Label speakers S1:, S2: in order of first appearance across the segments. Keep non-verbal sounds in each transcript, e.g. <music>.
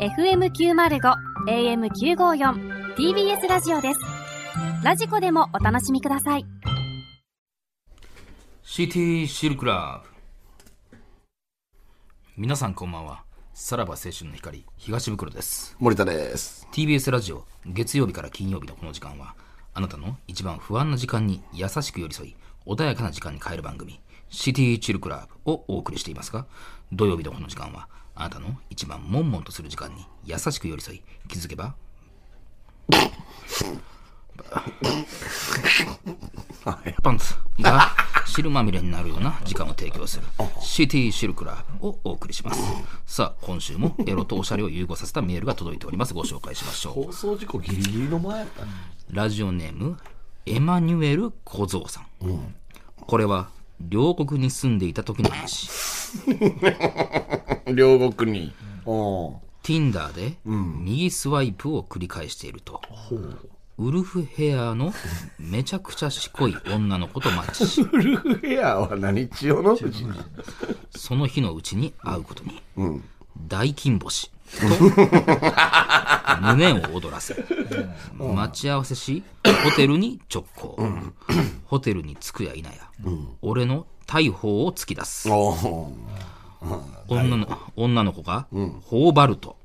S1: FM905 AM954 TBS ラジオですラジコでもお楽しみください
S2: シティシルクラブ皆さんこんばんはさらば青春の光東袋です
S3: 森田です。
S2: TBS ラジオ月曜日から金曜日のこの時間はあなたの一番不安な時間に優しく寄り添い穏やかな時間に変える番組「シティチルクラブ」をお送りしていますが土曜日のこの時間はあなたの一番悶々とする時間に優しく寄り添い気づけばパンツ
S3: <laughs>
S2: が汁まみれになるような時間を提供するシティシルクラブをお送りしますさあ今週もエロとおしゃれを融合させたメールが届いておりますご紹介しましょう
S3: 放送事故ギリギリの前やったね。
S2: ラジオネームエマニュエル小僧さん、これは両国に住んでいた時の話
S3: 両国に。お
S2: Tinder で右スワイプを繰り返していると、ウルフヘアのめちゃくちゃしこい女の子とマッチし
S3: ウルフヘアは何千代の富士
S2: その日のうちに会うことに、
S3: うん。
S2: 大金星と胸を躍らせ待ち合わせしホテルに直行、ホテルに着くや否や、俺の大砲を突き出す
S3: おお。
S2: 女の女の子が頬張ると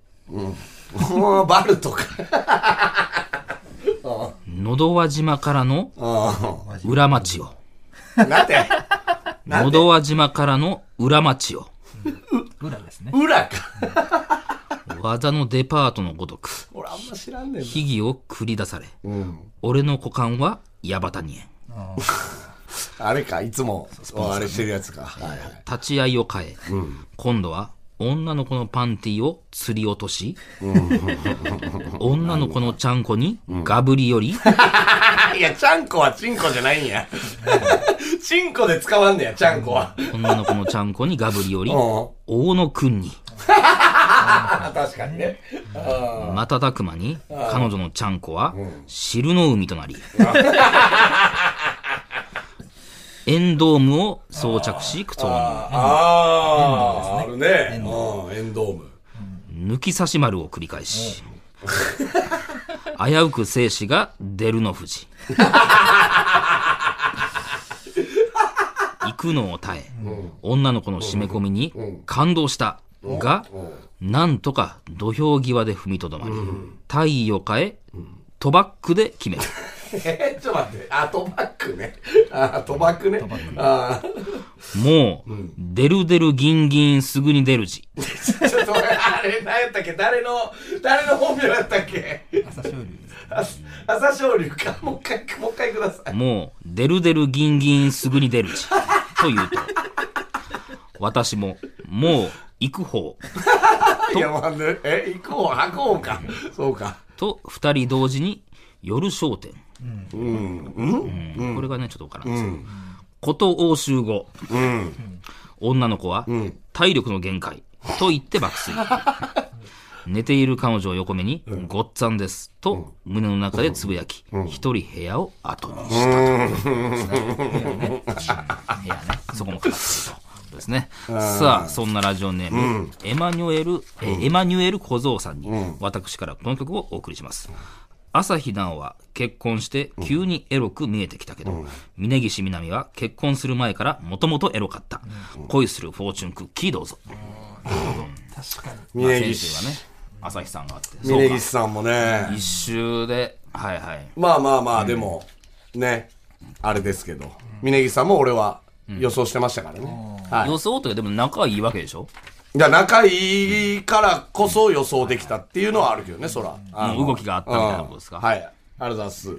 S3: もうバルトか。
S2: のど輪島からの
S3: あ
S2: 裏町を
S3: あ。なんて、
S2: のど輪島からの裏町を
S3: 裏か。
S2: 技のデパートのごとく
S3: 俺あんま知らんねんな。
S2: 秘技を繰り出され
S3: うん。
S2: 俺の股間は矢端に縁
S3: あれか、いつも、おあれしてるやつか。はいはい。
S2: 立ち合いを変え、今度は女の子のパンティを吊り落とし、女の子のちゃんこにガブリより、
S3: あ、いや、ちゃんこはちんこじゃないんや。ちんこで使わんねや、ちゃんこは。
S2: 女の子のちゃんこにガブリより、
S3: お
S2: 大野くんに、
S3: あ、確かにね。
S2: 瞬く間に彼女のちゃんこは汁の海となり、
S3: <laughs>
S2: エンドームを装着し、口調に、
S3: ああー、あるね。うん、エンドーム。
S2: 抜き差し丸を繰り返し、危うく生死が出るの富士。行くのを耐え、女の子の締め込みに感動したが、なんとか土俵際で踏みとどまり、体位を変え、トバックで決める。
S3: えー、ちょっと待って。あ、トバックね。あ、トバックね。あー
S2: もう、出る出るギンギンすぐに出るじ。
S3: ちょっと待って、あれ、何やったっけ誰の、誰の本名やったっけ朝青龍。朝青龍か。もう一回、もう一回ください。
S2: もう、出る出るギンギンすぐに出るじ。と言うと、私も、もう、行く方。
S3: いや、まあね、え、行こう、履こうか。そうか。
S2: と、二人同時に、夜商店。うんこれがね、ちょっとわからんですけど。こと応酬後。女の子は、体力の限界。と言って爆睡。寝ている彼女を横目に、ごっつぁんです。と、胸の中でつぶやき、一人部屋を後にしたと。部屋ね、そこもかかってると。ですね、さあそんなラジオネーム、エマニュエル、えエマニュエル小僧さんに、私からこの曲をお送りします朝日奈央は結婚して急にエロく見えてきたけど、峯岸みなみは結婚する前からもともとエロかった、恋するフォーチュンクッキーどうぞ、まあ、
S3: 峯
S2: 先週
S3: 岸。
S2: はね朝日さんがあってそう
S3: 峯
S2: か
S3: 岸さんもね。
S2: 一周ではいはい
S3: まあまあまあ、でも、ね、あれですけど。峯岸さんも俺は予想してましたからね。はい。
S2: 予想というかでも仲はいいわけでしょ
S3: じゃあ仲いいからこそ予想できたっていうのはあるけどね、そら。あの
S2: 動きがあったみたいなことですか
S3: うんはい。ありがとうございます。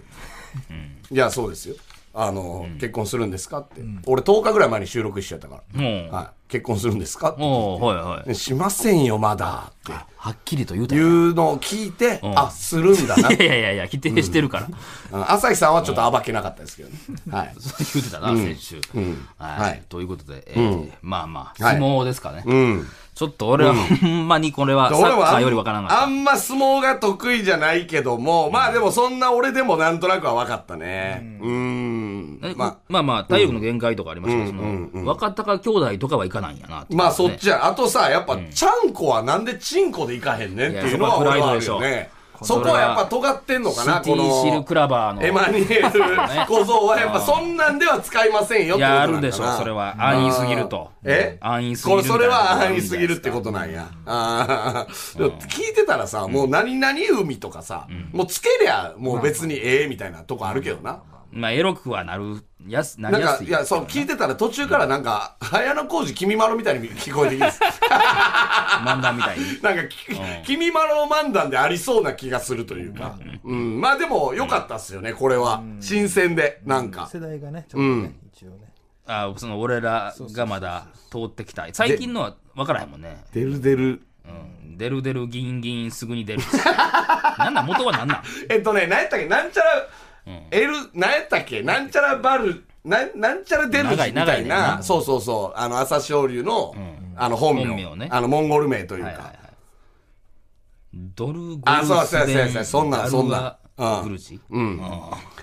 S3: いや、そうですよ。あの、結婚するんですかって。俺10日ぐらい前に収録しちゃったか
S2: も
S3: ら。はい。結婚するんですかって
S2: う、もうはいはい
S3: ねしませんよ、まだ。っ
S2: はっきりと言うた
S3: てい
S2: よ
S3: うのを聞いて、
S2: ん
S3: あ、するんだな。
S2: いやいやいや、否定してる <laughs> から。
S3: うん朝日さんはちょっと暴けなかったですけどね。はい。
S2: 言ってたな、先週。は
S3: はいい。
S2: ということで、えーまあまあ、
S3: はい
S2: 相撲ですかね。
S3: うん。
S2: ちょっと俺はほんまにこれは、サ
S3: 俺
S2: ッ
S3: も
S2: カ
S3: あ
S2: ー
S3: ん
S2: よりわからな
S3: あ
S2: かっ
S3: んま相撲が得意じゃないけども、まあでもそんな俺でもなんとなくは分かったね。うーん。
S2: た。え
S3: まあ、
S2: まあまあ、体力の限界とかありましたけど、その、若隆兄弟とかはいかかないんやなっていうね、
S3: まあそっちや。あとさ、やっぱ、ちゃんこはなんでちんこでいかへんねんっていうのは俺はあるよね。そ
S2: そこはプライドでしょ
S3: こはやっぱ尖ってんのかな、
S2: シテ
S3: こ
S2: ィシル
S3: の。
S2: クラバーの。
S3: エマニュエル小僧はやっぱそんなんでは使いませんよっ
S2: い
S3: てこと
S2: や、
S3: な
S2: あ
S3: んかな
S2: るでしょ、それは。安易すぎると。
S3: え
S2: 安易すぎ
S3: こ
S2: る
S3: れ、
S2: みたいな。
S3: それは安易すぎるってことなんや。あ <laughs> ーでも聞いてたらさ、もう何々海とかさ、もうつけりゃもう別にええみたいなとこあるけどな。
S2: まあ、エロくはなる、やす、な
S3: な
S2: り
S3: ん
S2: や
S3: か、
S2: すい。
S3: いや、そう、聞いてたら途中からなんか、早野浩二君丸みたいに聞こえて
S2: <laughs>
S3: きます。
S2: 漫談み
S3: <laughs>
S2: たいに。
S3: なんかき、君丸漫談でありそうな気がするというか。うん。まあでも、良かったっすよね、これは。新鮮で、なんか。
S4: 世代がね、ちょっとね、一応ね。
S2: あその俺らがまだ通ってきた。最近のは分からへんもんね。
S3: デルデル。
S2: うん。出る出るギンギンすぐに出る。 <laughs> なんなん元はなんなん
S3: えっとね、何やったっけ、なんちゃら、エル、何やったっけ、なんちゃらバル、なんなんちゃらデルジみたいな
S2: 長い長いねんな
S3: そうそうそう、あの、朝青龍の、あの、本名、
S2: 本名ね
S3: あの、モンゴル名というか、
S2: はいはいはい。ドルゴ
S3: あ
S2: ルスデン
S3: そうそうそうそうそんなんそんなん
S2: ダルワ
S3: うん
S2: グルチ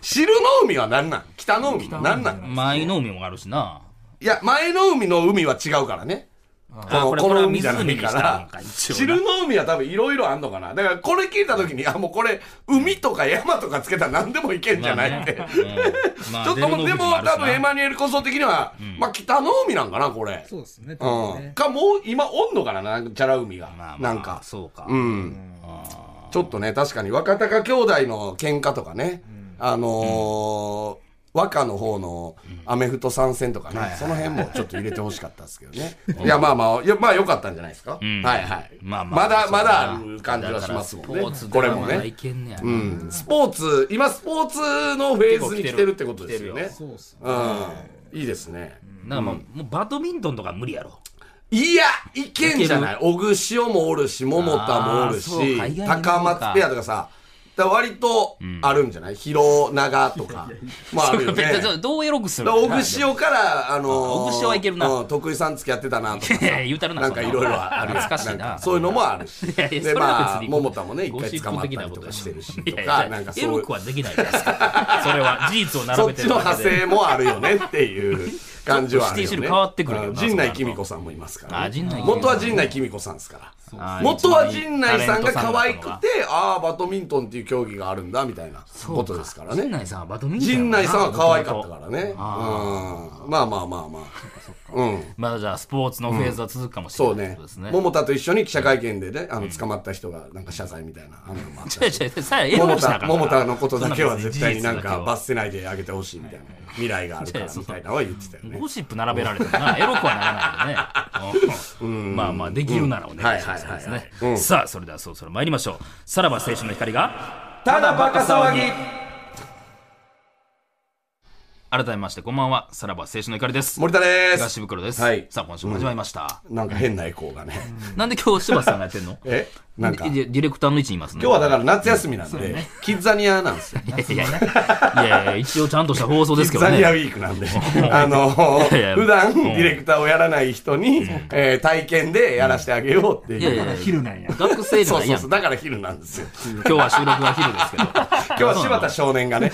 S3: 汁の海は何なん北の海何なん
S2: 舞の海もあるしな。
S3: いや、前の海の海は違うからね。こ
S2: あ
S3: の
S2: これ
S3: こ
S2: これ
S3: の
S2: は
S3: 海じゃない
S2: 湖に
S3: か
S2: したらなん
S3: ら
S2: か一応な
S3: 汁の海は多分いろいろあんのかなだからこれ聞いた時にあもうこれ海とか山とかつけたら何でもいけん <laughs> じゃない <laughs> って、
S2: まあねうんまあ
S3: ちょっともうでも多分エマニュエル構想的には、まあ北の海なんかなこれ
S4: そうですね、多分
S3: うん
S4: ね。
S3: かもう今おんのかななんかチャラ海が、
S2: まあまあ
S3: なんか
S2: そうか。
S3: うんちょっとね確かに若隆兄弟の喧嘩とかね、あのー和歌の方のアメフト参戦とかね、その辺もちょっと入れてほしかったですけど
S2: <laughs>
S3: ね。いや、まあまあ、いやまあ良かったんじゃないですか。
S2: ん
S3: はいはい。
S2: まあまあ
S3: まだ、
S2: そう
S3: ま
S2: だな
S3: だある感じはしますもん
S2: だからスポ
S3: ね
S2: ー。ツ
S3: こ
S2: で
S3: れ
S2: は
S3: も
S2: まだい
S3: ね。
S2: けんねや
S3: う
S2: な。
S3: ん。スポーツ、今スポーツのフェーズに来てるってことですよね。
S4: そうっすね。
S3: うん。いいですね。
S2: なんかもうもうバドミントンとか無理やろ。
S3: いや、いけんじゃない。小串尾もおるし、桃田もおるし
S2: あーそうか意、外に
S3: 高松ペアとかさ、だから割とあるんじゃない広長
S2: <laughs>
S3: とか。まああるよね。だか
S2: どうエロくする
S3: ら小串
S2: <laughs>
S3: 尾から、あ
S2: あ
S3: のー、
S2: 小串尾はいけるな。
S3: うん徳井さん付き合ってたなとか
S2: 言うたるな。
S3: なんかいろいろあるやん
S2: 懐かしい
S3: ん
S2: な
S3: か。そういうのもあるし。
S2: いやいやそれ
S3: で、
S2: は
S3: まあ
S2: 別、に
S3: 桃田もね、一
S2: ゴシ
S3: 回
S2: ッ
S3: 捕
S2: プ
S3: まっ
S2: 的
S3: た
S2: な
S3: り
S2: ことと
S3: か
S2: で
S3: し
S2: してょ
S3: るし、と
S2: いやい
S3: か、
S2: や
S3: なんか
S2: エ
S3: そうい
S2: ロ
S3: う
S2: く。はできないじゃないですか。それは事実を
S3: そ
S2: 並
S3: っ
S2: べて
S3: ち
S2: る
S3: の
S2: だ
S3: 派
S2: けで。
S3: 生もあるよねっていう感じはあるよ
S2: ちょっとシティシ
S3: ね。
S2: ル変わってくるよな
S3: うん陣内紀美子さんもいますから、
S2: あ陣内紀美子
S3: 元は陣内紀美子さんですから。
S2: あー
S3: 元は陣内さんが可愛くて、ああ、バドミントンっていう競技があるんだみたいなことですから
S2: 陣
S3: ね。
S2: 内さんはバドミントンやも
S3: 陣
S2: な
S3: 内さんは可愛かったからね。うん。
S2: あ
S3: まあまあまあまあ。うん。
S2: まだじゃあスポーツのフェーズは続くかもしれ
S3: そ
S2: ないっ
S3: う
S2: て
S3: ね
S2: ことですね。。
S3: 桃田と一緒に記者会見でね、あの、捕まった人がなんか謝罪みたいな、あんなのもあったし
S2: 違う違う、さあエロ
S3: 桃
S2: くしなかった。
S3: 田桃田のことだけは絶対になん
S2: そ
S3: か
S2: んな
S3: 罰
S2: 別
S3: せないであげてほしいみたいな未来があるからみたいなのは言ってたよ
S2: に事実だけ
S3: ね
S2: をゴシップ並べられてもな、エロくはならないよねうん。まあまあ、できるならお願いします
S3: うんはいはいはいはい
S2: ね。さあ、それではそろそろ参りましょう。さらば青春の光が、
S3: ただバカ騒ぎ
S2: 改めましてこんばんは、さらば青春の光です。
S3: 森田で
S2: 東
S3: す
S2: 袋です。
S3: はい
S2: さあ、今週も始まりました。
S3: なんか変なエコーがね
S2: なんで今日柴田さんがやってんの
S3: えなんか
S2: デ
S3: 今
S2: ィディレクターの位置にいますね。
S3: 日はだから夏休みなんでキッザニアなんですよ
S2: いやいやいや、いやいや一応ちゃんとした放送です
S3: キ
S2: けど
S3: ッザ
S2: ね。
S3: ニア
S2: い
S3: ウィークなんであの
S2: いやいや
S3: 普
S2: う
S3: 段
S2: ん
S3: ディレクターをやらない人にえー体験でやらせてあげようって
S2: やい
S3: いう
S2: やいや、
S4: 昼なんや。
S2: 学生じゃ
S3: そう
S2: ない
S3: そう
S2: やん
S3: そう。だから昼なんですよ
S2: 今日は収録が昼ですけど。
S3: 今日は <laughs> 柴田少年がね、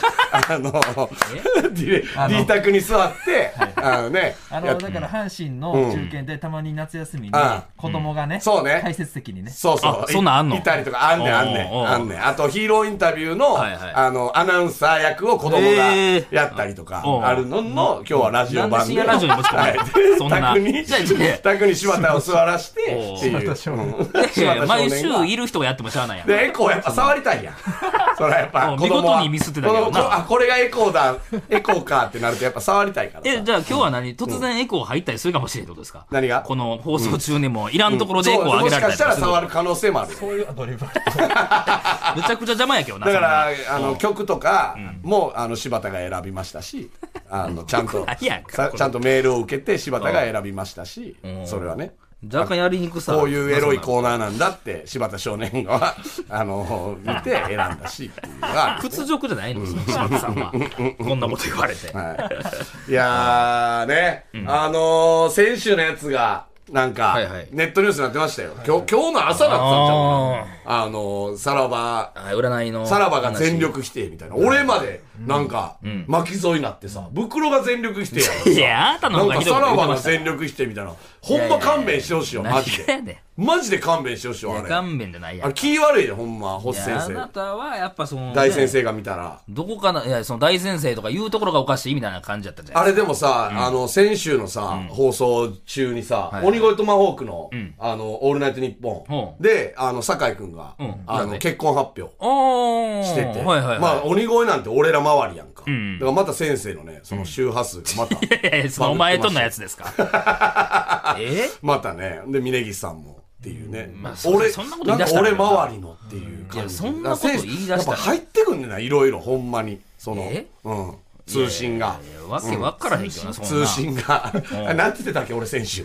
S3: あの、ディレ、ディータクに座って、あのね、
S4: あ
S3: や
S4: の、
S3: っ
S4: だから阪神の中堅で、たまに夏休みに
S3: あ、
S4: 子供がね、
S3: そうね
S4: 解説席にね、
S3: そうそう。
S2: あそんなんあんの
S3: いたりとか、あんねん、あんね、
S2: おうおうん
S3: あんねん。あと、ヒーローインタビューの、
S2: はいはい
S3: あの、アナウンサー役を子供が
S2: へー
S3: やったりとか、
S2: おう
S3: あるのの、今日はラジオ
S2: なん
S3: 版
S2: で深
S3: で。
S2: 夜ラジオに持ち込むの
S3: はい
S2: そんな
S3: タクに、
S2: じゃあじゃあ
S3: タクに柴田を座らして、
S2: おう
S3: っていう。
S2: いやいや毎
S3: 柴田
S2: 週
S3: 少年が
S2: いる人がやってもしゃあないやん。
S3: で、エコーやっぱ触りたいやん。それはやっぱ
S2: う、ん
S3: 子供
S2: 見事
S3: は
S2: にミスってたけどな
S3: このこあ、これがエコーだ、エコーかってなるとやっぱ触りたいから
S2: え、
S3: さ。
S2: じゃあ今日は何突然エコー入ったりするかもしれんってことですか
S3: 何が
S2: この放送中にもいらんところでエ
S3: そ
S2: コ
S3: う
S2: ー上
S3: も
S2: げ
S3: し
S2: られたり
S3: かしたら触
S2: る。
S3: る可能性もある。
S4: そういうアドリブある
S2: めちゃくちゃ邪魔やけどな。
S3: だから
S2: そん、な
S3: あの、曲とかも、あの、柴田が選びました
S2: <laughs>
S3: し、あの、ちゃんと
S2: ないやん、か
S3: さ
S2: これ
S3: ちゃんとメールを受けて柴田が選びましたし、それはね。
S2: 若干やりにくさ。
S3: こういうエロい
S2: ー
S3: コーナーなんだって、柴田少年は、 <laughs> あの、見て選んだし、っていうの
S2: <laughs>
S3: が。
S2: 屈辱じゃないのその柴田さんは。こんなこと言われて。
S3: はい、いやーね、あのー、先週のやつが、なんか、
S2: はいはい
S3: ネットニュースになってましたよ。今日、今日の朝だったんちゃうかな
S2: あ
S3: あの、さらば、
S2: あ占いの。
S3: さらばが全。力否定みたいな。俺まで、なんか、巻き添いになってさ、袋が全力否定やろ
S2: いや、あなたの
S3: な
S2: 方
S3: ん
S2: が
S3: か
S2: ひどい
S3: さ
S2: こと言
S3: らば
S2: ってま
S3: の
S2: した
S3: 全力否定みたいな。ほんま勘弁してほしいよ、マジ
S2: 何がや
S3: で。
S2: ね
S3: マジで勘弁してほしいよ、
S2: ん。い
S3: あ
S2: や
S3: れ。
S2: 勘弁じゃない
S3: あ
S2: や
S3: れ
S2: ん。
S3: 気悪いで、ほんま、星
S2: い
S3: 先
S2: やあな
S3: 生。
S2: たはやっぱその、
S3: 大先
S2: ね
S3: 生が見たら。
S2: どこかの、いや、その大先生とかいうところがおかしいみたいな感じだったじゃん。
S3: あれでもさ、あの、先週のさ、放送中にさ、鬼越トマホークの、あの、オールナイトニッポ
S2: ほ
S3: ンで、あの、酒井くんが
S2: うん、
S3: あ
S2: なん
S3: の、
S2: で
S3: 結婚発表。
S2: おー。
S3: してて、
S2: はいはいはい。
S3: まあ鬼越なんて俺ら周りやんか、
S2: ん
S3: だからまた先生のねその周波数がまた、
S2: <laughs> いやいや <laughs> そのお前とのやつですか。
S3: <laughs>
S2: え
S3: またねで峯岸さんもっていうね、
S2: あそ
S3: 俺
S2: そんなこと
S3: な
S2: 言
S3: ん
S2: い
S3: か
S2: 出したら
S3: 俺周りのっていう
S2: い
S3: 感
S2: や
S3: じ
S2: そんなこと言い出したら
S3: だから先生やっぱ入ってくんねんないろいろほんまにその
S2: え、
S3: うん、通信が。
S2: いやわけわからへんけどな、そんな。
S3: 通信が、あなんて言ってたっけ俺選手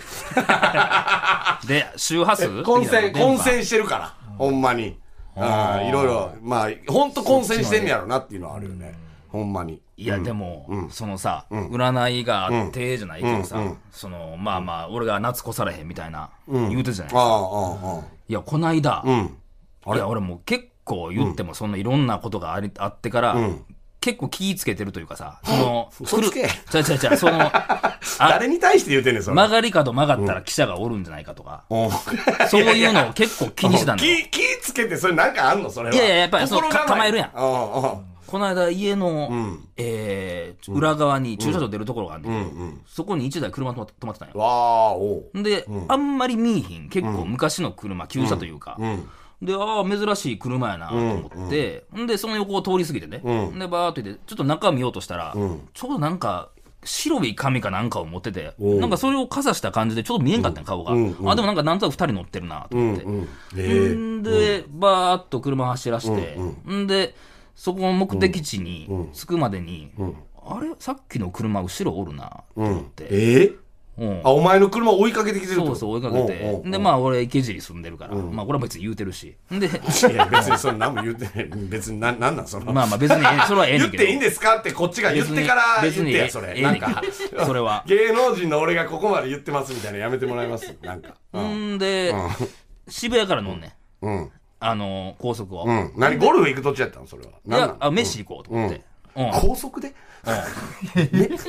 S2: で、周波数
S3: 混戦混。
S2: み
S3: 戦してるから、ほんまにあーいろいろまあほんと混戦してんねやろなっていうのはあるよねほんまに
S2: たいないや、でも、そのさ、占いがあってじゃないけどさ、その、まあまあ、俺が夏越されへんみたいな、言うてたじゃない
S3: あああああ
S2: いや、こないだ、
S3: あうんあ
S2: い
S3: れ
S2: や、俺もう結構言っても、そんないろんなことがありあってから、
S3: ん
S2: 結構気ぃつけてるというかさ、その、
S3: 嘘つけ
S2: ちゃうちゃうちゃう、
S3: <laughs>
S2: その、あ
S3: 誰に対して言うてんねんそれ
S2: 曲がり角曲がったら記者がおるんじゃないかとか、
S3: お
S2: そういうのを結構気にしてたんだよ。
S3: 気、気つけて、それなんかあんのそれは。
S2: いやいややっぱり
S3: 心構
S2: そのか構えるやん
S3: う
S2: この間家の、えー裏側に駐車場出るところがあるんだけど、
S3: んうん。うん
S2: そこに1台車止まって止まってたん
S3: う
S2: よ。
S3: ん。わー、おう。
S2: んで、あんまり見えひん、結構昔の車、旧車というか、
S3: うん。
S2: で、ああ、珍しい車やなと思って、んで、その横を通り過ぎてね、
S3: うん
S2: で、バーっと行って、ちょっと中見ようとしたら、
S3: ん
S2: ちょうどなんか、白い紙かなんかを持ってて、
S3: おう
S2: なんかそれをかさした感じで、ちょっと見えんかったんよ、顔が。
S3: うんうん
S2: あ、でもなんか、なんとなく2人乗ってるなと
S3: う
S2: 思
S3: ん
S2: って。
S3: うん。え
S2: んで、バーっと車走らして、んで、そこの目的地に着くまでに、あれさっきの車後ろおるな、と思って。
S3: ええ
S2: うん
S3: あ、お前の車追いかけてきてる
S2: そ
S3: って
S2: う
S3: こと
S2: そう追いかけ
S3: おうおうお
S2: て。
S3: う
S2: で、まあ俺池尻住んでるから、まあ俺は別に言うてるし。で、 <laughs>
S3: いや、別にそれ何も言ってない。別にな、なんなんその。
S2: まあまあ別にえ
S3: <laughs>
S2: え、それはええね
S3: 言
S2: ん
S3: っ
S2: けど。
S3: ていいんですかってこっちが言ってから言ってや、そ
S2: 別
S3: れ。
S2: にええ
S3: な
S2: ね
S3: ん
S2: んけ
S3: か、
S2: ど。 <laughs> それは。
S3: 芸能人の俺がここまで言ってますみたいなのやめてもらいますなんか。うん
S2: で、渋谷から乗んねん。
S3: ん。
S2: あの、高速を。
S3: う
S2: い
S3: ん。何ゴルフ行く途中やったのそれは。何
S2: や
S3: なの、
S2: あ、飯行こうと思って。うん。
S3: 高速で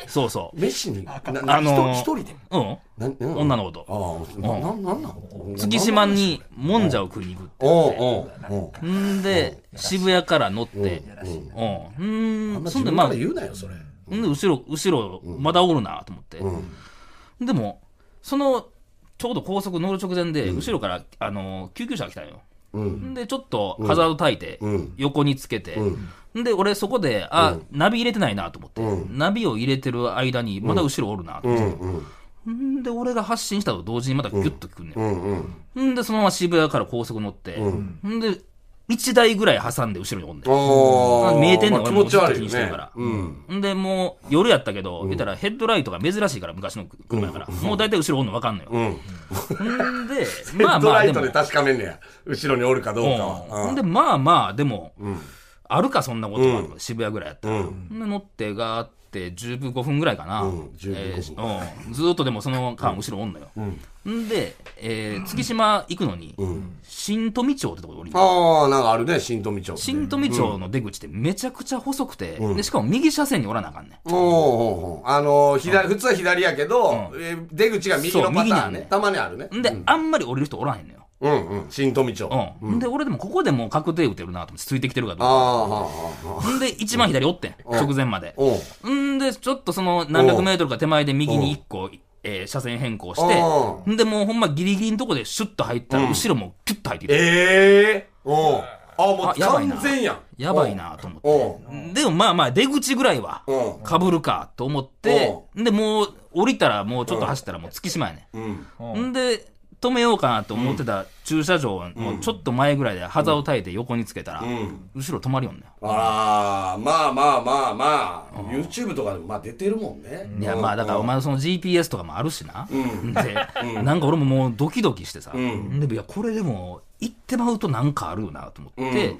S2: そうそう。
S3: 飯に、な
S2: あのー
S3: な一人で
S2: うん。
S3: なな
S2: 女の子と。
S3: ああ、な、な、なんなの
S2: 月島にもんじゃを食いに行くって。
S3: おうおうおうん
S2: で、渋谷から乗って、うん、う
S3: あん
S2: ん、
S3: ま
S2: そ
S3: 自
S2: んで、
S3: 分
S2: まあ、
S3: から
S2: んで、
S3: 言うなよ、それ。
S2: 後ろ、後ろ、まだおるなと思って。でも、その、ちょうど高速乗る直前で、後ろから、あの、救急車が来たんよ。
S3: うん。
S2: で、ちょっと、ハザード焚いて
S3: うん、
S2: 横につけて、で、俺そこで、あ、ナビ入れてないなと思って、ナビを入れてる間に、まだ後ろおるなと
S3: う
S2: 思
S3: んうん。
S2: って。んで、俺が発信したと同時にまたギュッと来んねん
S3: う。んうん。
S2: んで、そのまま渋谷から高速乗って、んで、1台ぐらい挟んで後ろにおんねん。
S3: ああ。
S2: 見えてんの
S3: ま
S2: 俺
S3: あ気
S2: も
S3: 持ち悪い
S2: 気に
S3: よ
S2: してる
S3: ね
S2: から。
S3: うん。
S2: んで、もう夜やったけど、言ったらヘッドライトが珍しいから、昔の車やから。もう大体後ろおんの分かんの
S3: う
S2: よ。
S3: ん。
S2: んで、
S3: <laughs> ヘ
S2: まあ
S3: ッド
S2: ま
S3: ラ
S2: あ、
S3: イ
S2: で
S3: ト
S2: も
S3: で、確かめんねや。後ろにおるかどうか
S2: うん
S3: は。
S2: で、まあまあ、でも、あるか、そんなことは、渋谷ぐらいやったら。
S3: うん
S2: んで、乗って、がーって、15分ぐらいかな。
S3: ん15分
S2: えーうんずーっとでもその間、後ろおんのよ。んで、えー月島行くのに、新富町ってとこで降りて。
S3: ああ、なんかあるね、新富町。
S2: 新富町の出口ってめちゃくちゃ細くて、でしかも右車線におらなあかんね
S3: おうおうおうあのー、左、普通は左やけど、えー出口が右のパタ
S2: そう
S3: ー
S2: 右
S3: ン
S2: にある
S3: ね
S2: ね。
S3: たまにあるね。
S2: ん。んで、あんまり降りる人おらへんのよ。
S3: うんうん。新富町。あ
S2: うん。ん、で、俺でもここでもう確定打てるなと思って、ついてきてるかどう
S3: あ、
S2: か。
S3: ああ、ああ。
S2: んで、一番左おってん、直前まで。
S3: おうん
S2: で、ちょっとその何百メートルか手前で右に一個、えー車線変更して、
S3: うん
S2: んで、もうほんまギリギリのとこでシュッと入ったら、後ろもキュッと入ってきて、
S3: ええおうあ、も
S2: あ
S3: う
S2: やばいな
S3: 完全やん。
S2: やばいなと思
S3: お
S2: って。でもまあまあ、出口ぐらいは
S3: う
S2: 被るかと思って、で、もう降りたらもうちょっと走ったらもう月島やねん。
S3: う。うん。
S4: うん
S2: んで止めようかなと思ってた駐車場のちょっと前ぐらいで旗を焚いて横につけたら、
S3: ん
S2: 後ろ止まりよんね
S3: ああ、まあまあまあまあ、YouTube とかでもまあ出てるもんね。
S2: いやまあだからお前のその GPS とかもあるしな、で、なんか俺ももうドキドキしてさ、でいやこれでも行ってまうとなんかあるよなと思って、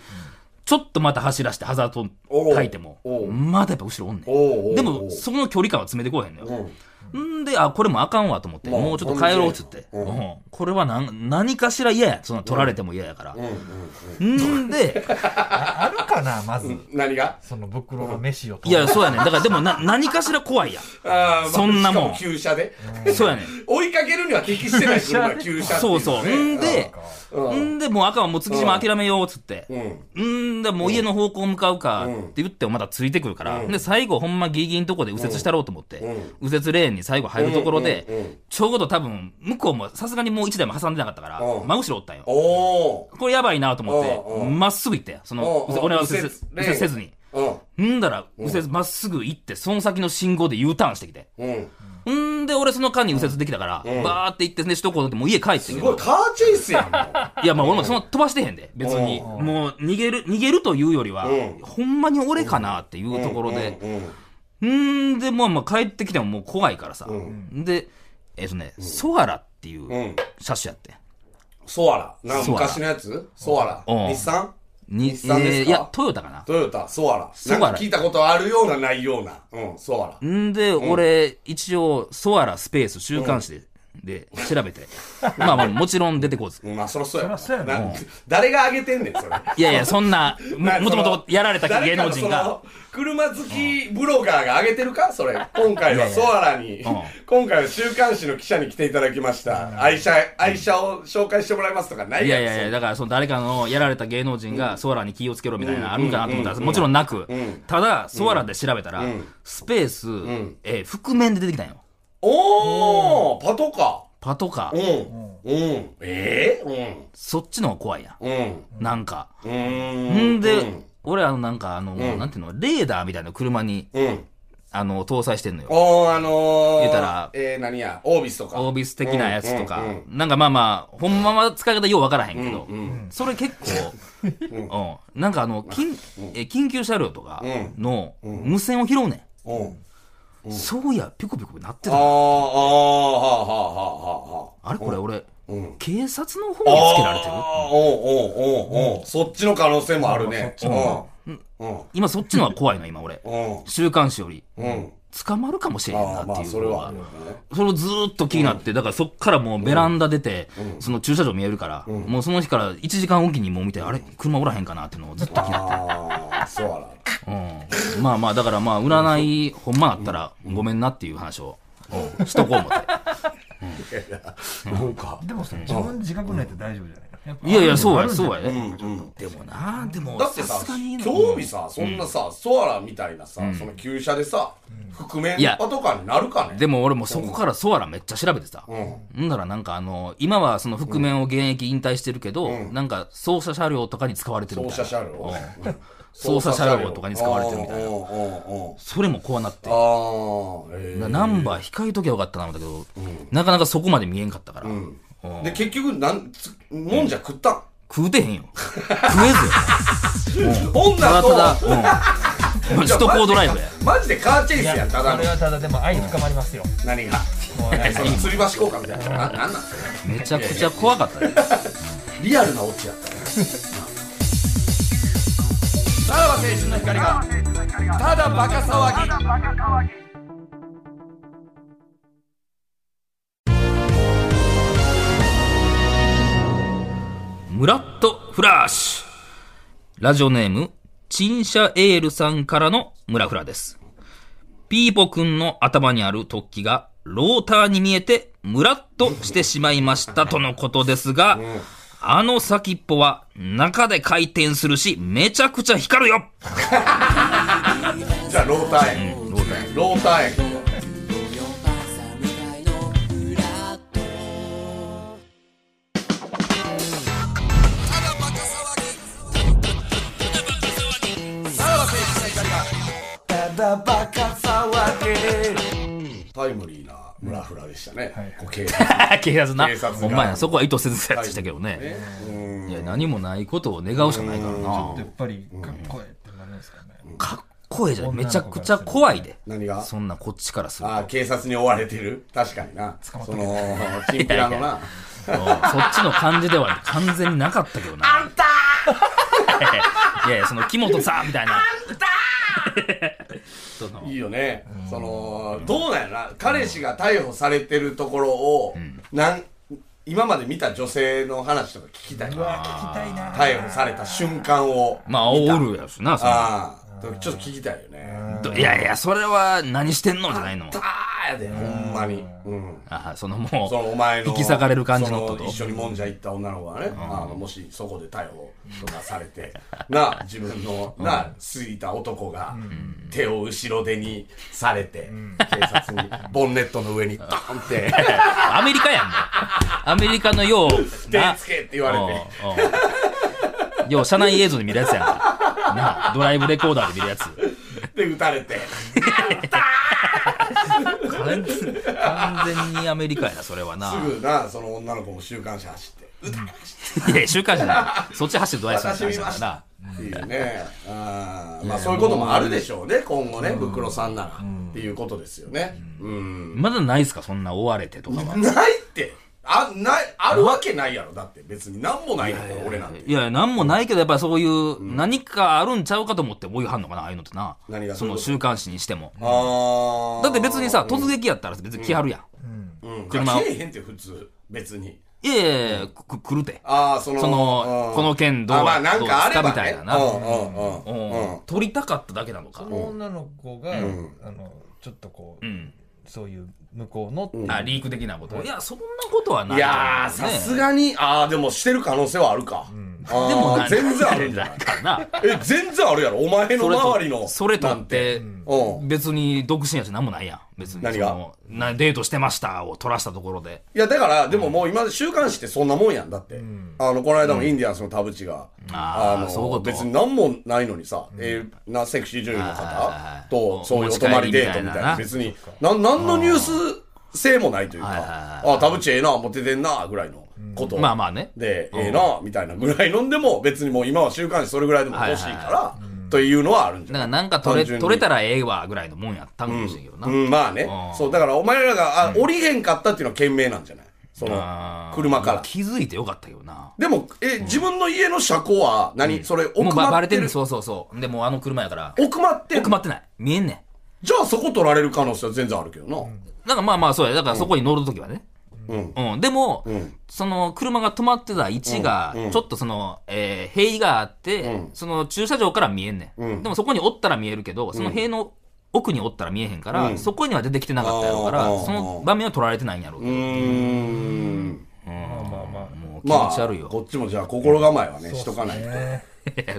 S2: ちょっとまた走らしてハザードを焚いても
S3: おうおう
S2: まだやっぱ後ろおんね
S3: おうおうおうん
S2: でもそこの距離感は詰めてこうへんのよ、んで、あ、これもあかんわと思って、
S3: まあ
S2: もうちょっと帰ろうっつって。
S3: うん
S2: うんこれはなん何かしら嫌や。その取られても嫌やから。んで、
S4: あるかなまず
S3: 何が
S4: その袋の飯を
S2: いや、そうやねんだからでもな、何かしら怖いやん。
S3: あー
S2: そんなもん
S3: しか急車で。
S2: そうやねん
S3: 追いかけるには適してな
S2: <laughs>
S3: い車が急車ってい
S2: そ
S3: ね
S2: うそう。んで、
S3: うん
S2: んで、もう赤はもう月島諦めようっつって。
S3: ん
S2: うんで、もう家の方向向かうかって言ってもまだついてくるから。で、最後ほんまギリギリのとこで右折したろうと思って。右折レーンに最後入るところ
S3: うんうんうん
S2: で、ちょうど多分、向こうもさすがにもう一台も挟んでなかったから
S3: うん、
S2: 真後ろおったんよ。
S3: お
S2: これやばいなと思っ
S3: うんう
S2: て、
S3: ん
S2: まっすぐ行ったよ。その、
S3: うんうん
S2: 俺は右折
S3: 右折レーン
S2: 右折せずに。
S3: ー。
S2: んだら、右折まっすぐ行って、その先の信号で U ターンしてきて。
S3: うん。うん。
S2: んで、俺その間に右折できたから、バーって行って、で、首都高乗ってもう家帰って
S3: す
S2: け
S3: ご
S2: ど。
S3: い、カーチェイスやんも
S2: <laughs>
S3: う。
S2: いや、まあ俺もその飛ばしてへんで、別に。
S4: うん
S2: もう逃げる、逃げるというよりは
S3: うん、
S2: ほんまに俺かなっていうところで。
S3: うんうん
S2: んで、まあまあ帰ってきてももう怖いからさ。
S3: う
S2: で、えっとね、ソアラっていう
S3: うん、うん
S2: 車種やって。
S3: ソアラなんか
S2: ソアラ
S3: 昔のやつソア
S2: うん
S3: ラ日産
S2: に
S3: 日産ですか
S2: えーいや、トヨタかな。
S3: トヨタソアラ
S2: ソアラ
S3: なんか聞いたことあるようなないようなうんソアラ
S2: んで、俺、一応、ソアラスペース週刊誌で、で、調べて。まあまあ、もちろん出てこず。
S3: まあそりゃそうやな
S4: そりゃそうやな
S3: なん誰が上げてんねんそれ
S2: いやいや、そんな、も
S3: <laughs> な
S2: もともとやられた芸能人
S3: 誰
S2: が
S3: かの。その車好きブロガーが上げてるかそれ今回はソアラに
S2: うん
S3: 今回は週刊誌の記者に来ていただきました愛車愛車を紹介してもらいますとかない
S2: いやい
S3: そ
S2: や
S3: ん
S2: い
S3: な
S2: や、だからその誰かのやられた芸能人がソアラに気をつけろみたいなのあるんかなと思ったら、もちろんなく
S3: ん、
S2: ただ、ソアラで調べたら、スペース、えー、覆面で出てきたんよ。
S3: おおパトカ
S2: パトカ
S3: ー
S2: ー、
S3: うんうんええ
S2: そっちの方が怖いや
S3: うんうん
S2: ん。なんか。
S3: うー
S2: んで、俺、あの、なんか、あの、なんていうの、レーダーみたいな車に、
S3: うん。
S2: あの、搭載してんのよ。
S3: おー、あのー、
S2: 言うたら
S3: えー、何や、オービスとか。
S2: オービス的なやつとか
S3: うんうん、
S2: なんかまあまあ、ほんまは使い方ようわからへんけど
S3: うん、
S2: それ結構、うんなんかあの、緊え緊急車両とかの無線を拾うね
S3: うん。うん
S2: ん。そういや、ピコピコなって
S3: あー、あー、は
S2: た。
S3: あ、はあ、は
S2: あれこれ俺、
S3: あ、はあ。うん。
S2: 警察の方
S3: あ
S2: につけられてる
S3: ーおうおうおうおうそっちの可能性もあるね。
S4: そっち
S3: うん。うん。
S2: 今そっちのは怖いの、今俺。
S3: うん。
S2: 週刊誌より。
S3: うん。
S2: 捕まるかもしれへん
S3: あ
S2: な
S3: あ、
S2: っ
S3: ま
S2: て
S3: あ、
S2: いう
S3: それ
S2: の
S3: はあ
S2: が
S3: るよね。
S2: それをずーっと気になって、だからそっからもうベランダ出て、その駐車場見えるから、もうその日から1時間おきにもう見て、あれ車おらへんかなっていうのをずっと気になって。
S3: ああ、そうやな。
S2: うんまあまあ、だからまあ、占い、ほんまあったら、ごめんなっていう話を、うんしとこう思って。 <laughs>
S3: なんか。
S4: でもさ自分自覚ないと大丈夫じゃないやっぱ
S2: いやいや、そう
S4: あ
S2: や、
S4: るんだ
S2: そうや
S3: う
S2: ね。
S3: んうん。
S2: でもなあ、でも、
S3: だって
S2: さ
S3: さ
S2: すがに、な
S3: 興味さ、そんなさ、ソアラみたいなさ、その旧車でさ、覆面
S2: いや
S3: パトカーになるかね。
S2: でも俺もそこからソアラめっちゃ調べてさ。んならなんかあの、今はその覆面を現役引退してるけど、なんか操作車両とかに使われてるみ
S3: 捜
S2: たい
S3: 査
S2: な。
S3: 車両
S2: 操作車両とかに使われてるみたいな。
S3: な。
S2: それもこうなって
S3: あ。あ、え
S2: ナンバー控えときゃよかったな、だけど、なかなかそこまで見えんかったから。うん
S3: ーで、結局、なん、つもんじゃ食ったん
S2: 食うてへんよ。食えずよ。た
S3: <laughs> 女
S2: だ
S3: と、
S2: ただ、
S3: <laughs>
S2: うん。首都高ドライブや。
S3: マジでカーチェイスやん、ただ
S4: そ
S3: の
S4: れ。はただでも愛深まりますよ
S3: 何 <laughs> が。
S4: もうね
S3: その吊り橋効果みたいな。な、なんなんそれ
S2: めちゃくちゃ怖かったよ。
S3: リアルなオチやったね。さらば青春の光が、ただバカ騒ぎ。
S2: ムラッとフラッシュ。ラジオネーム、チンシャエールさんからのムラフラです。ピーポくんの頭にある突起が、ローターに見えて、ムラッとしてしまいましたとのことですが、あの先っぽは中で回転するし、めちゃくちゃ光るよ
S3: じゃあ、ローター園。
S2: ローター
S3: ローター園。タイムリーなムラフラでしたね。こう警察
S2: <laughs> 警察な。
S3: 警察が
S2: ほんまや、そこは意図せずやつしたけどね。
S3: ね。うん
S2: いや、何もないことを願うしかないからな
S4: や。っぱりかっこええってなるんですかね
S2: かっこええじゃん。めちゃくちゃ怖いで。
S3: 何が
S2: そんなこっちからすると。
S3: ああ、警察に追われてる確かにな。
S4: まった
S3: その、チンピラの
S2: <laughs>
S3: な。
S2: うんそっちの感じでは完全になかったけどな。あん <laughs> たいやいや、その木本さんみたいな。あんたその
S3: いいよね。その、どうなんやろな。彼氏が逮捕されてるところを、なん今まで見た女性の話とか聞きたい。
S4: うわ聞きたいな
S3: 逮捕された瞬間を。
S2: まあ煽るやつなその
S3: ああ、ちょっと聞きたいよね。
S2: どいやいやそれは何してんのじゃないの
S3: だーやで、ほんまに。うん。
S2: あそのもう
S3: そのお前の
S2: 引き裂かれる感じの音
S3: そ
S2: と
S3: 一緒にもんじゃ行った女の子がね、あのもしそこで逮捕とかされてなあ自分の、なあ過ぎた男が、手を後ろ手にされて、警察にボンネットの上にドン
S2: <laughs>
S3: って
S2: アメリカやんもうアメリカのよう
S3: 手
S2: な
S3: つけって言われて
S2: うんうんよう車内映像で見るやつやんかなあドライブレコーダーで見るやつ
S3: で撃たれて
S2: 完全にアメリカやなそれはな
S3: すぐなその女の子も週刊誌走って「うっ
S2: いや週刊誌じゃないそっち走ってドライブす
S3: 私
S2: る
S3: 見
S2: や
S3: ま
S2: つや
S3: した」っていうねあーまあそういうこともあるでしょうね今後ね袋さんならっていうことですよねうん
S2: まだないっすかそんな追われてとかは
S3: ないってあないあるわけないやろだって別に何もないんだから俺なんて
S2: いやいや、なんもないけど、やっぱりそういう、何かあるんちゃうかと思って追いはんのかな、ああいうのってな
S3: 何が。
S2: その
S3: どう
S2: 週刊誌にしても。
S3: あ
S2: だって別にさ、突撃やったら別に来はるやん。車
S3: 車
S2: を
S3: 来えへんって普通別に
S2: いやいやいや、くく来るて。
S3: ああその
S2: その
S3: う、ん
S2: この件どう
S3: あまあなん
S2: どうで
S3: か
S2: す
S3: あれ
S2: か
S3: ば
S2: みたいな
S3: ね
S2: な。
S3: う
S2: うん
S3: うんうんうん
S2: ん撮りたかっただけなのか
S4: そ。の女の子が、
S3: ん
S4: あのちょっとこう、
S2: うん。
S4: そういう向こうの、
S2: あ、リーク的なこと。いや、そんなことはないい。
S3: やーさす
S2: ね。
S3: がにああでもしてる可能性はあるか
S2: で
S3: で
S2: もな、
S3: 全然あるん
S2: ん
S3: じ
S2: じ
S3: ゃ
S2: ゃ
S3: な
S2: <laughs> ないいかな。
S3: え全然あるやろお前の
S2: それと
S3: 周りの
S2: それと
S3: なん
S2: って、
S3: うん
S2: 別に独身やし何もないやん。別に。
S3: 何が
S2: そのなデートしてましたを撮らしたところで。
S3: いやだからでももう今週刊誌ってそんなもんやんだってあのこの間もインディアンスの田淵が
S2: あーそういうこと
S3: 別に何もないのにさ、えーなセクシー女優の
S2: あ
S3: 方
S2: ー
S3: と
S2: お
S3: そういうお泊まりデートみ
S2: お持ち帰りみた
S3: たい
S2: い
S3: な
S2: な
S3: 別になん何のニュース性もないというか
S2: はいはい
S3: あ
S2: はい
S3: ー田淵ええなモテてんなぐらいのこと、
S2: まあまあね。
S3: でええなみたいなぐらいのんでも別にもう今は週刊誌それぐらいでも欲しいからというのはあるんじゃ
S2: だか
S3: な
S2: ら
S3: い
S2: なんか取
S3: 単純
S2: れ
S3: に
S2: 取れたらええわぐらいのもんやったんかもしれんけどな。
S3: うん、まあね
S2: あ。ー
S3: そう、だからお前らが、あ、降りへんかったっていうのは賢明なんじゃないそ
S2: あ
S3: の
S2: ー、
S3: 車から。
S2: 気づいてよかったけどな。
S3: でも、え、自分の家の車庫は何、それ、奥
S2: もうば
S3: ま
S2: バ
S3: っ
S2: レ
S3: て
S2: て
S3: る
S2: る。そうそうそう。でもうあの車やから。
S3: 奥まってる
S2: 奥まってない。見えんね
S3: じゃあそこ取られる可能性は全然あるけどな。
S2: ん。だからまあまあそうや。だからそこに乗るときはね。
S3: うん。
S2: うん。でも、
S3: ん
S2: その車が止まってた位置が、ちょっとその、えー塀があって、その駐車場から見えんねん,、でもそこにおったら見えるけど、その塀の奥におったら見えへんから、そこには出てきてなかったやろうから
S3: あー、
S2: その場面は取られてないんやろうけ
S3: う
S2: ど。
S3: ーん。
S4: まあまあまあ、
S2: もう気
S3: ま
S2: 持ち
S3: あ
S2: 悪い、よ。
S3: こっちもじゃあ心構えはね、しとかないと。
S4: ね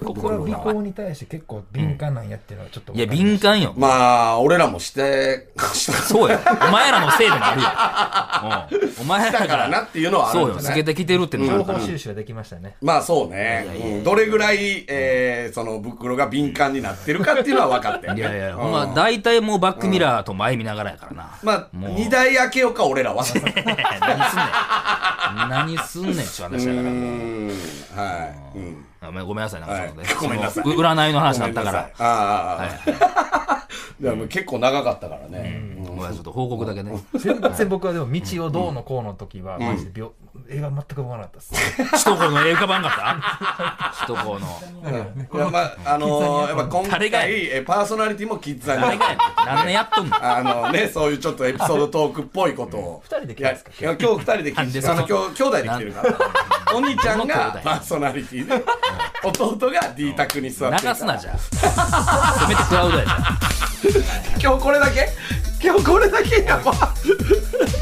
S4: 僕
S2: <laughs> 心の
S4: は離
S2: 中は
S4: 婚に対して結構敏感なんやっていうのはちょっと
S2: いや、敏感よ。
S3: まあ、俺らもして、 <laughs> した
S2: そうや。お前らのせいでもあるよ。うんお前ら
S3: からなっていうのはある
S2: そ
S3: ん
S2: う
S3: じゃ
S2: よ。
S3: ない
S2: つけてきてるってのがあ
S4: 情
S2: るか
S4: 報
S2: ら。
S4: 収集ができましたね
S3: まあそうね。うんどれぐらい、えーその袋が敏感になってるかっていうのは分かって
S2: いやいや、ほんま、大体もうバックミラーと前見ながらやからな。
S3: まあ、
S2: もう
S3: 二台開けようか、俺ら
S2: <laughs>
S3: は。
S2: 何すんねん。何すんねんって話やからもう
S3: うんはい。うん。
S2: あ。ごめんなさい、なんかそのね
S3: はいごめんなさい
S2: そのう占いの話になっ
S3: ご
S2: た
S3: めん
S2: か
S3: なさい
S2: ら。
S3: ああああ、 <laughs> いやもう結構長かったからね。
S2: ごめんなさいちょっと報告だけね。
S4: 全然僕はでも道をどうのこうの時は、マジで秒映画全く思わなかったで
S2: 首
S4: す
S2: 都高の絵浮かばんかった首都
S3: <laughs>
S2: 高の。
S3: いやまあ、あのーやっぱ今回
S2: 誰がや
S3: えパーソナリティもキッザ
S2: 誰
S3: に
S2: がやねん何年やっと
S3: <laughs>
S2: んの
S3: あのねそういうちょっとエピソードトークっぽいことを
S4: <laughs> 二人で来たんですか
S3: いやいや今日二人で
S2: なん
S3: 来
S2: で
S3: て
S2: そ
S3: あ
S2: の
S3: の今日兄弟で来てるからお兄ちゃん
S2: どの兄
S3: が
S2: 弟
S3: パーソナリティで弟が D 卓に座ってるから
S2: 流すな、じゃあ。せめてクラウドやじゃあ
S3: 今日これだけ今日これだけやば
S4: もう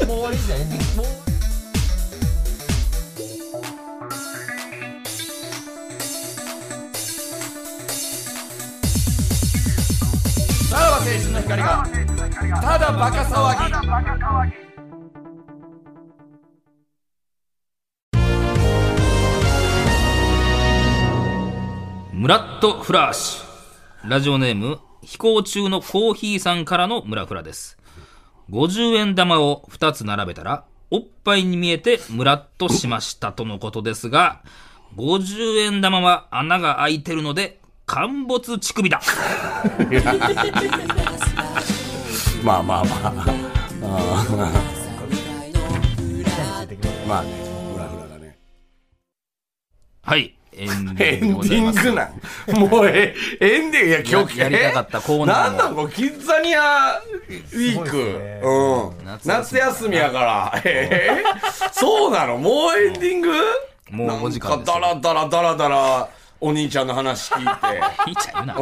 S4: 終わりじゃエンディングもう
S3: さらば青春の光がただバカ騒ぎ
S2: ムラットフラッシュ。ラジオネーム、飛行中のコーヒーさんからのムラフラです。50円玉を2つ並べたら、おっぱいに見えてムラッとしましたとのことですが、50円玉は穴が開いてるので、陥没乳首だ。
S3: まあまあまあ
S4: 出てきます
S3: まあねフラフラだね
S2: はい。えエン
S3: <laughs> エ
S2: ディングで
S3: ン
S2: ございま
S3: ディン
S2: す
S3: グ
S2: <laughs>
S3: なん。もうえ、エンディング、いや、今日、
S2: ややりたかったコーナーも
S3: なんなん、これ、キッザニアウィー
S4: す
S3: ク。
S4: ごいですね
S3: うん。夏休みやから。えーそうなのもうエンディング
S2: もうお時間
S3: な
S2: で
S3: ん
S2: すよ
S3: か、だらだらだらだら、お兄ちゃんの話聞い
S2: <laughs>
S3: て。
S2: いいちゃうな。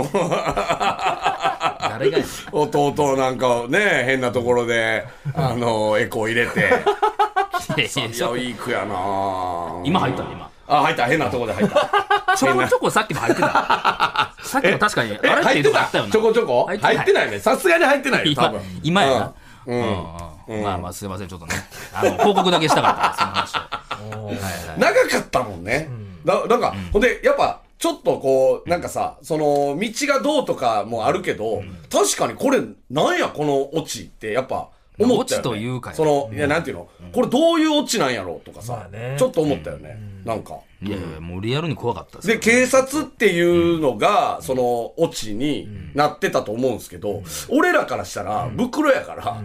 S2: 誰がやねん
S3: 弟なんかね、変なところで、あの、エコー入れ
S2: い
S3: て。<laughs>
S2: やいや
S3: いや、
S2: そ
S3: ウ
S2: う
S3: ィークやな
S2: 今入ったの今。
S3: あ、入った。変なとこで入った。
S2: ちょこちょこさっきも入ってた。
S3: <laughs>
S2: さっきも確かに、 <laughs> あれってい
S3: 入っ
S2: うと
S3: て
S2: こあったよ
S3: た
S2: な
S3: ちょ。こちょこ
S2: 入
S3: 入
S2: ってない
S3: ってないね。さすがに入ってないよ、多
S2: 今
S3: 分。、
S2: 今やな。
S3: うん。うん
S2: うんまあまあ、すいません、ちょっとね。あの、報告だけしたかった、その話を。
S3: 長かったもんね。だなんか、ほんで、やっぱ、ちょっとこう、なんかさ、その、道がどうとかもあるけど、確かにこれ、なんや、このオチって、やっぱ、思ったよ、ね。
S2: オチというかね
S3: その、いや、なんていうの、これどういうオチなんやろうとかさ、
S4: まあね
S3: ちょっと思ったよね。なんか。
S2: いやいや、もうリアルに怖かったです
S3: で、
S2: よ。
S3: 警察っていうのが、その、オチになってたと思うんですけど、俺らからしたら、袋やから、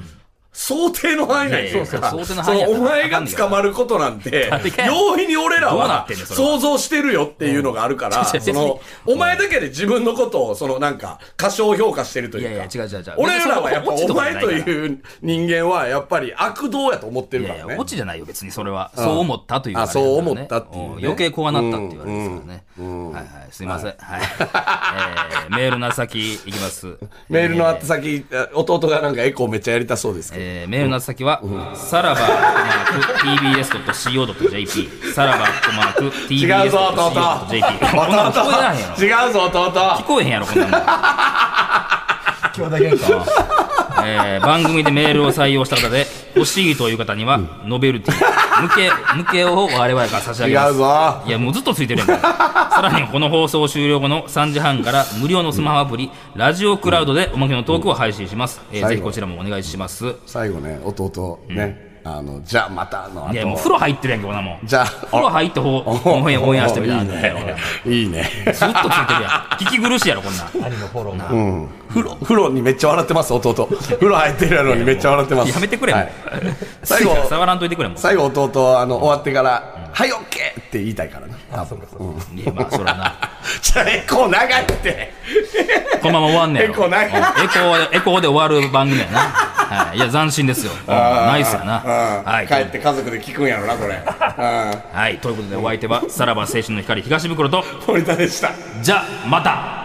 S3: 想定の範囲内というか、
S2: いやいやそう想定の
S3: そ
S2: 範囲
S3: の
S2: やから
S3: お前が捕まることな
S2: <laughs>
S3: んて
S2: 誰、が
S3: 容易に俺ら
S2: どうな
S3: は
S2: ってんねんそれは
S3: 想像してるよっていうのがあるから、
S2: うん
S3: その、お前だけで自分のことを、そのなんか、過小評価してるというか、
S2: いやいや違う違う違う
S3: 俺らはやっぱ、
S2: 別にそ
S3: お
S2: んなこと
S3: 前
S2: ない
S3: と
S2: から
S3: いう人間は、やっぱり悪道やと思ってる
S2: い
S3: からね。
S2: やいや、オチじゃないよ、別にそれは。そう思ったという
S3: あ
S2: あれだからね
S3: そう思ったっていうね
S2: ん余計怖なったって言われますからね。はいはい、すいません。はい。えーメールの先いきます。
S3: メールの宛先、弟がなんかエコーめっちゃやりたそうですけど。
S2: えーメールの宛先は、さらば、tbs.co.jp、さらば、
S3: 違うぞ弟
S2: tbs.co.jp。こんなの聞こえないやろ。
S3: 違うぞ弟
S2: 聞こえへんやろ、こんなの。
S4: 兄弟喧嘩は
S2: えー番組でメールを採用した方で、欲しいという方には、ノベルティ、向け、向けを我々から差し上げます。
S3: 違うぞ
S2: いや、もうずっとついてるやんか。さらに、この放送終了後の3時半から、無料のスマホアプリ、ラジオクラウドでおまけのトークを配信します。えー
S3: 最後
S2: ぜひこちらもお願いします。い
S3: 最後ね弟ね、あのじゃあまたの後
S2: や、もう風呂入ってるやんけ、こんなもん。
S3: じゃあ
S2: 風呂入ってほう、オンエアオンエアしてみたいな。ず
S3: いいねいいね
S2: っとついてるやん。聞き苦しいやろ、こんなん。
S4: 兄のフォローが
S3: 風呂風呂にめっちゃ笑ってます弟風呂入ってるのにめっちゃ笑ってます
S2: やめてくれ、も。
S3: はいう最後
S2: 触らんといてくれ、もう。
S3: 最後弟はあの終わってから「はいオッケー!」って言いたいからな多分うん <laughs>
S2: いや、まあ、そらな。
S3: じゃあエコー長いって
S2: このまま終わんねやろ
S3: <laughs> エコない
S2: うんエコーエコーで終わる番組やな、はい、いや斬新ですようんナイスやな
S3: うん
S2: はい
S3: 帰って家族で聞くんやろなこれうん
S2: はいということでお相手はさらば青春の光東袋と
S3: 森田でした
S2: じゃあまた